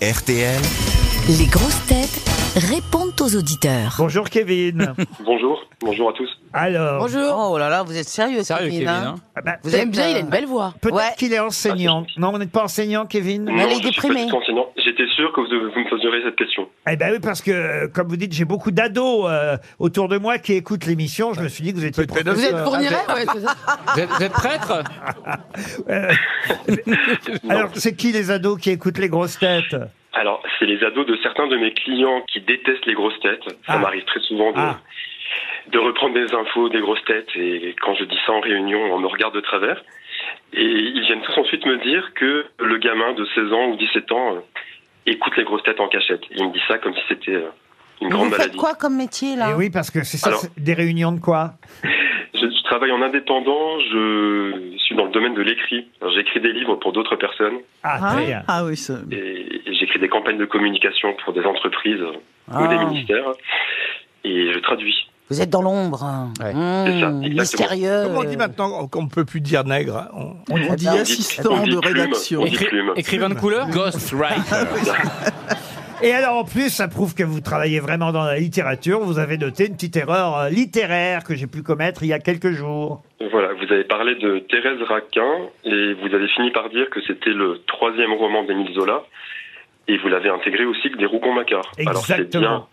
RTL. Les grosses têtes répondent aux auditeurs. Bonjour Kevin. Bonjour, bonjour à tous. Alors, Bonjour. Oh là là, vous êtes sérieux, Sérieux, Kevin, hein ah bah, Vous aimez bien, euh, il a une belle voix. peut-être Ouais. Ah, qu'il est enseignant. Non, vous n'êtes pas enseignant, Kevin elle est je suis pas déprimée. du tout enseignant. J'étais sûr que vous, vous me poseriez cette question. Eh ben oui, parce que, euh, comme vous dites, j'ai beaucoup d'ados euh, autour de moi qui écoutent l'émission. Je me suis dit que vous étiez Peut-être Vous professeur. êtes fournirait ouais, c'est ça. Vous êtes, vous êtes prêtre Alors, c'est qui les ados qui écoutent les grosses têtes Alors, c'est les ados de certains de mes clients qui détestent les grosses têtes. Ça Ah. m'arrive très souvent de, Ah. de reprendre des infos des grosses têtes et quand je dis ça en réunion, on me regarde de travers. Et ils viennent tous ensuite me dire que le gamin de 16 ans ou 17 ans euh, écoute les grosses têtes en cachette. Ils me disent ça comme si c'était euh, une Mais grande Vous faites maladie. quoi comme métier Eh là oui, parce que c'est ça, Alors- c'est des réunions de quoi Je, je travaille en indépendant, je suis dans le domaine de l'écrit. Alors, J'écris des livres pour d'autres personnes. Ah, Hein très bien. Ah oui, ça... et et j'écris des campagnes de communication pour des entreprises Ah. ou des ministères et je traduis. Vous êtes dans l'ombre. hein. Ouais. Mmh, C'est ça, exactement. mystérieux. Comment on dit maintenant qu'on ne peut plus dire nègre hein on, Eh On dit ben, On dit- assistant on dit de plume, rédaction. On dit plume. Écrivain de couleur Ghostwriter. Et alors, en plus, ça prouve que vous travaillez vraiment dans la littérature. Vous avez noté une petite erreur euh, littéraire que j'ai pu commettre il y a quelques jours. Voilà, vous avez parlé de Thérèse Raquin et vous avez fini par dire que c'était le troisième roman d'Émile Zola et vous l'avez intégré aussi que des Rougon-Macquart. Alors c'est bien, Exactement.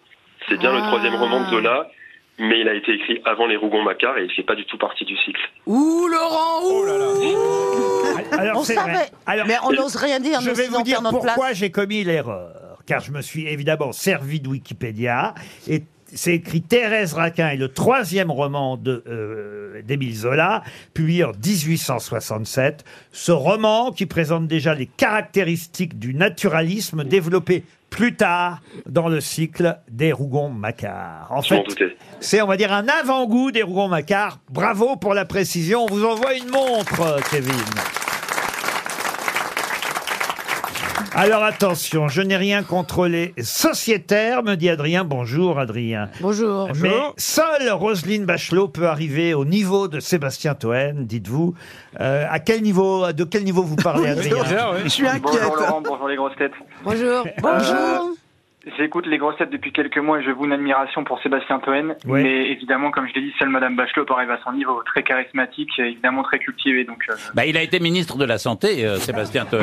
c'est bien le Ah. troisième roman de Zola, mais il a été écrit avant les Rougon-Macquart et il fait pas du tout partie du cycle. Ouh, Laurent, ouh Alors, On c'est savait. vrai. Alors, Mais on n'ose rien dire, Je nous vais aussi, vous en dire faire notre pourquoi place. j'ai commis l'erreur. Car je me suis évidemment servi de Wikipédia. Et c'est écrit Thérèse Raquin est le troisième roman de, euh, d'Émile Zola, publié en 1867. Ce roman, qui présente déjà les caractéristiques du naturalisme développé plus tard dans le cycle des Rougon-Macquart. En Je m'en fait, doutais. c'est, on va dire, un avant-goût des Rougon-Macquart. Bravo pour la précision. On vous envoie une montre, Kevin. Alors attention, je n'ai rien contrôlé. Sociétaire, me dit Adrien. Bonjour, Adrien. Bonjour. Mais seule Roselyne Bachelot peut arriver au niveau de Sébastien Toen, dites-vous. Euh, à quel niveau, de quel niveau vous parlez, Adrien Je suis inquiète. Bonjour Laurent, bonjour les grosses têtes. Bonjour. Bonjour. J'écoute les grosses têtes depuis quelques mois et je voue une admiration pour Sébastien Toen. Ouais. Mais évidemment, comme je l'ai dit, seule Madame Bachelot arrive à son niveau. Très charismatique et évidemment très cultivée. Donc, euh, Bah, il a été ministre de la Santé, euh, Sébastien Toen.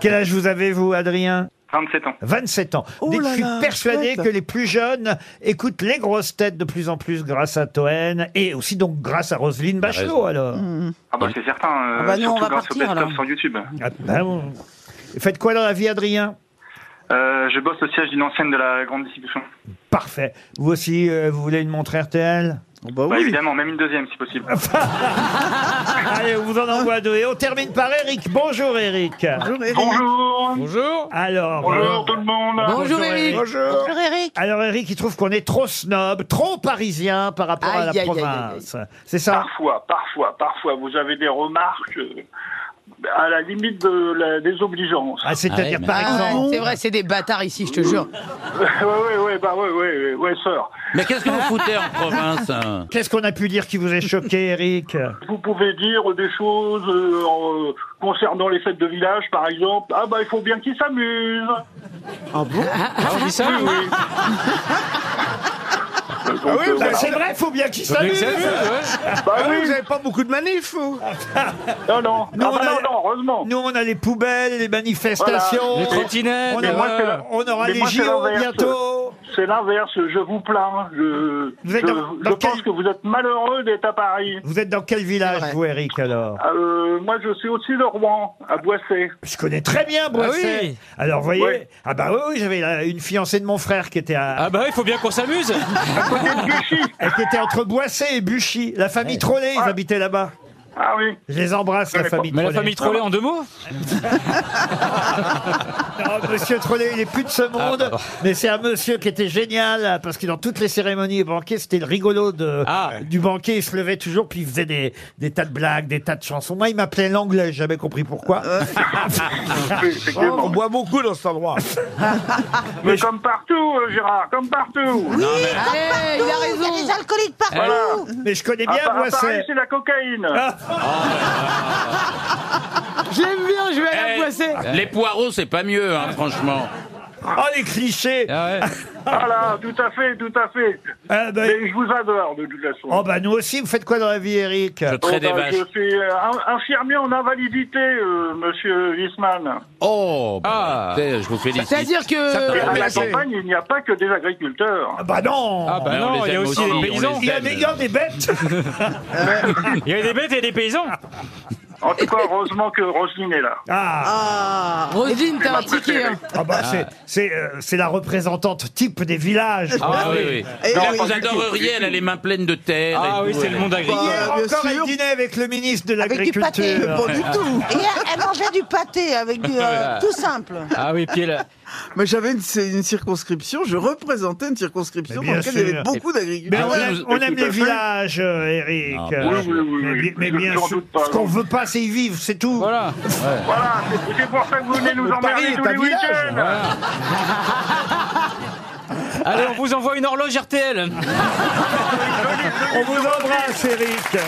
Quel âge vous avez, vous, Adrien 27 ans. 27 ans. Oh Dites, là je suis là, persuadé chouette. que les plus jeunes écoutent les grosses têtes de plus en plus grâce à Toen et aussi donc grâce à Roselyne Bachelot raison. alors. Hmm. Ah bah c'est certain, euh, Ah bah nous, on surtout va grâce partir, au alors. best-of sur YouTube. Ah, bah, bon. Faites quoi dans la vie Adrien Euh, je bosse au siège d'une ancienne de la grande distribution. Parfait. Vous aussi, euh, vous voulez une montre RTL Bah Bah, oui. évidemment, même une deuxième si possible. Ah, bah. Allez, on vous en envoie deux. Et on termine par Eric. Bonjour Eric. Bonjour, Eric. Bonjour Bonjour Alors, Bonjour euh, tout le monde Bonjour, Eric. Bonjour. Bonjour, Eric. alors Eric, il trouve qu'on est trop snob, trop parisien par rapport à Aïe, la aïe, aïe, aïe, aïe. province. C'est ça Parfois, parfois, parfois, vous avez des remarques euh, à la limite de la désobligeance. Ah, C'est-à-dire Ah ouais, par Ah ouais, exemple. c'est vrai, c'est des bâtards ici, je te jure. ouais, ouais, ouais, bah ouais, ouais, ouais, sœur. Mais qu'est-ce que vous foutez en province hein Qu'est-ce qu'on a pu dire qui vous a choqué, Eric Vous pouvez dire des choses euh, en, euh, concernant les fêtes de village, par exemple. Ah bah il faut bien qu'ils s'amusent. Ah bon On dit ça Oui, oui. Donc, Ah oui, euh, bah voilà. C'est vrai, il faut bien qu'il C'est s'amuse. Bah Ah oui, oui, vous n'avez pas beaucoup de manifs, hein. vous non, non. Nous, Ah on bah a- non, non, heureusement. Nous, on a les poubelles, les manifestations. Les trottinettes on, aura, moi, c'est la- on aura mais les moi, c'est JO l'inverse. bientôt. C'est l'inverse, je vous plains. Je, Vous êtes je- dans- je dans pense quel- que vous êtes malheureux d'être à Paris. Vous êtes dans quel village, vrai. vous, Eric, alors Euh, moi, je suis aussi de Rouen, à Boissé. Je connais très bien Boissé. Ah oui. Alors, vous voyez, Ouais. ah bah oui, oui, j'avais euh, une fiancée de mon frère qui était, à- Ah bah il faut bien qu'on s'amuse À côté Ah. de Vichy. elle qui était entre Boissé et Buchy. La famille Trollet, ils Ah. habitaient là-bas. Ah oui. Je les embrasse, la Mais famille Mais Trollet. la famille trollée en deux mots Non, monsieur Trollet, il est plus de Ah, ce monde, mais c'est un monsieur qui était génial parce que dans toutes les cérémonies et banquets, c'était le rigolo de, Ah. du banquet. Il se levait toujours, puis il faisait des, des tas de blagues, des tas de chansons. Moi, il m'appelait l'anglais, j'ai jamais compris pourquoi. Ah. Oui, effectivement. On Oh, boit beaucoup dans cet endroit. Mais comme partout, euh, Gérard, comme partout. Allez, Ah, il a raison. Il y a des alcooliques partout. Voilà. Ah, Mais je connais À, bien Ah. Pa- à Paris, Boisset. c'est la cocaïne. J'aime bien, je vais Eh, aller la poisser. Ah, Bah, les poireaux, c'est pas mieux, hein, franchement. Oh, les clichés Ah ouais. Voilà, tout à fait, tout à fait. Ah, bah, Mais je vous adore, de toute façon. Oh, bah, nous aussi, vous faites quoi dans la vie, Eric Je Oh, trais des bah, vaches. je suis euh, in- infirmier en invalidité, euh, monsieur Wiesmann. Oh, Ah. bah, écoutez, je vous félicite. C'est-à-dire que- Ça Et te à la remercie. campagne, il n'y a pas que des agriculteurs. Ah, bah non Ah bah Mais on non, les il y a aime aussi aussi, les on paysans. les Il y a des, il y a des bêtes Il y a des bêtes et des paysans. En tout cas, heureusement que Roselyne est là. Ah, Rosine, t'as un ma ticket. hein. ah bah, c'est- c'est euh, c'est la représentante type des villages. Ah oui, oui. Eh Là, oui. vous adoreriez, elle a les mains pleines de terre. Ah et oui, tout, c'est elle- le monde agricole. Bah, Hier bien encore, elle sûr. dînait avec le ministre de Avec du pâté. l'Agriculture. Pas du tout. Et elle, elle mangeait du pâté avec du euh, tout simple. Ah oui, puis elle, Mais j'avais une, c'est une circonscription, je représentais une circonscription Mais dans bien laquelle sûr. il y avait beaucoup Mais d'agriculteurs. on Ah aime, on aime les tout à fait. villages, euh, Eric. Ah, Euh, bien sûr. Oui, oui, oui, mais bi- oui. Mais, Je- bien j'en sûr, doute pas, ce qu'on non. veut pas, c'est y vivre, c'est tout. voilà. Voilà, c'est c'est pour ça que vous venez nous Le Paris emmerder est tous un les village. week-ends. Allez, on vous envoie une horloge RTL. On vous embrasse, Eric.